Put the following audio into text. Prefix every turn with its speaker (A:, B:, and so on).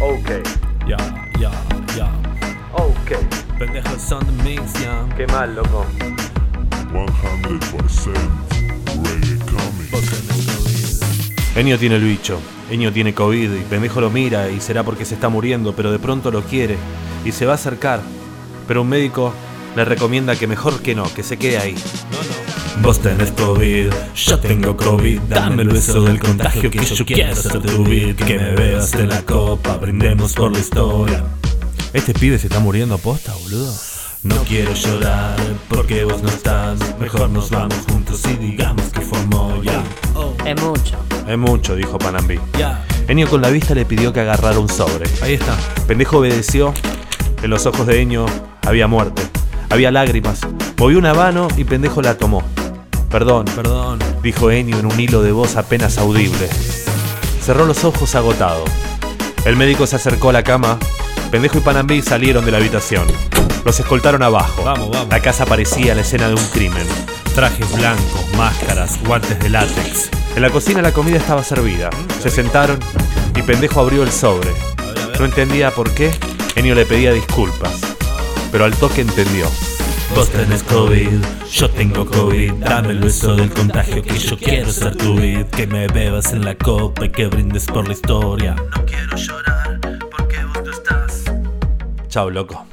A: Ok,
B: Ya, ya, ya.
A: ok.
B: Pendejos son the mix, ya.
A: Qué mal, loco.
C: 100% ready coming.
B: Vos tenés COVID.
D: Enio tiene el bicho, Enio tiene COVID y pendejo lo mira y será porque se está muriendo, pero de pronto lo quiere y se va a acercar. Pero un médico le recomienda que mejor que no, que se quede ahí.
B: Vos tenés COVID, yo tengo COVID. Dame el beso del contagio que yo quiero hacer tu vida. Que me veas en la copa, brindemos por la historia.
D: Este pibe se está muriendo posta, boludo.
B: No quiero llorar porque vos no estás. Mejor nos vamos juntos y digamos que fue amor. Ya, oh,
E: Es mucho.
D: Es mucho, dijo Panambi.
B: ya.
D: Enio con la vista le pidió que agarrara un sobre.
B: Ahí está.
D: Pendejo obedeció. En los ojos de Enio había muerte, había lágrimas. Movió una mano y Pendejo la tomó. Perdón,
B: Perdón.
D: dijo Enio en un hilo de voz apenas audible. Cerró los ojos agotado. El médico se acercó a la cama. Pendejo y Panambí salieron de la habitación. Los escoltaron abajo.
B: Vamos, vamos.
D: La casa parecía la escena de un crimen.
B: Trajes blancos, máscaras, guantes de látex.
D: En la cocina la comida estaba servida. Se sentaron y Pendejo abrió el sobre. No entendía por qué. Enio le pedía disculpas. Pero al toque entendió.
B: Vos tenés COVID, yo tengo COVID. Dame el beso del contagio que yo quiero ser tu vid. Que me bebas en la copa y que brindes por la historia.
D: Chao, loco.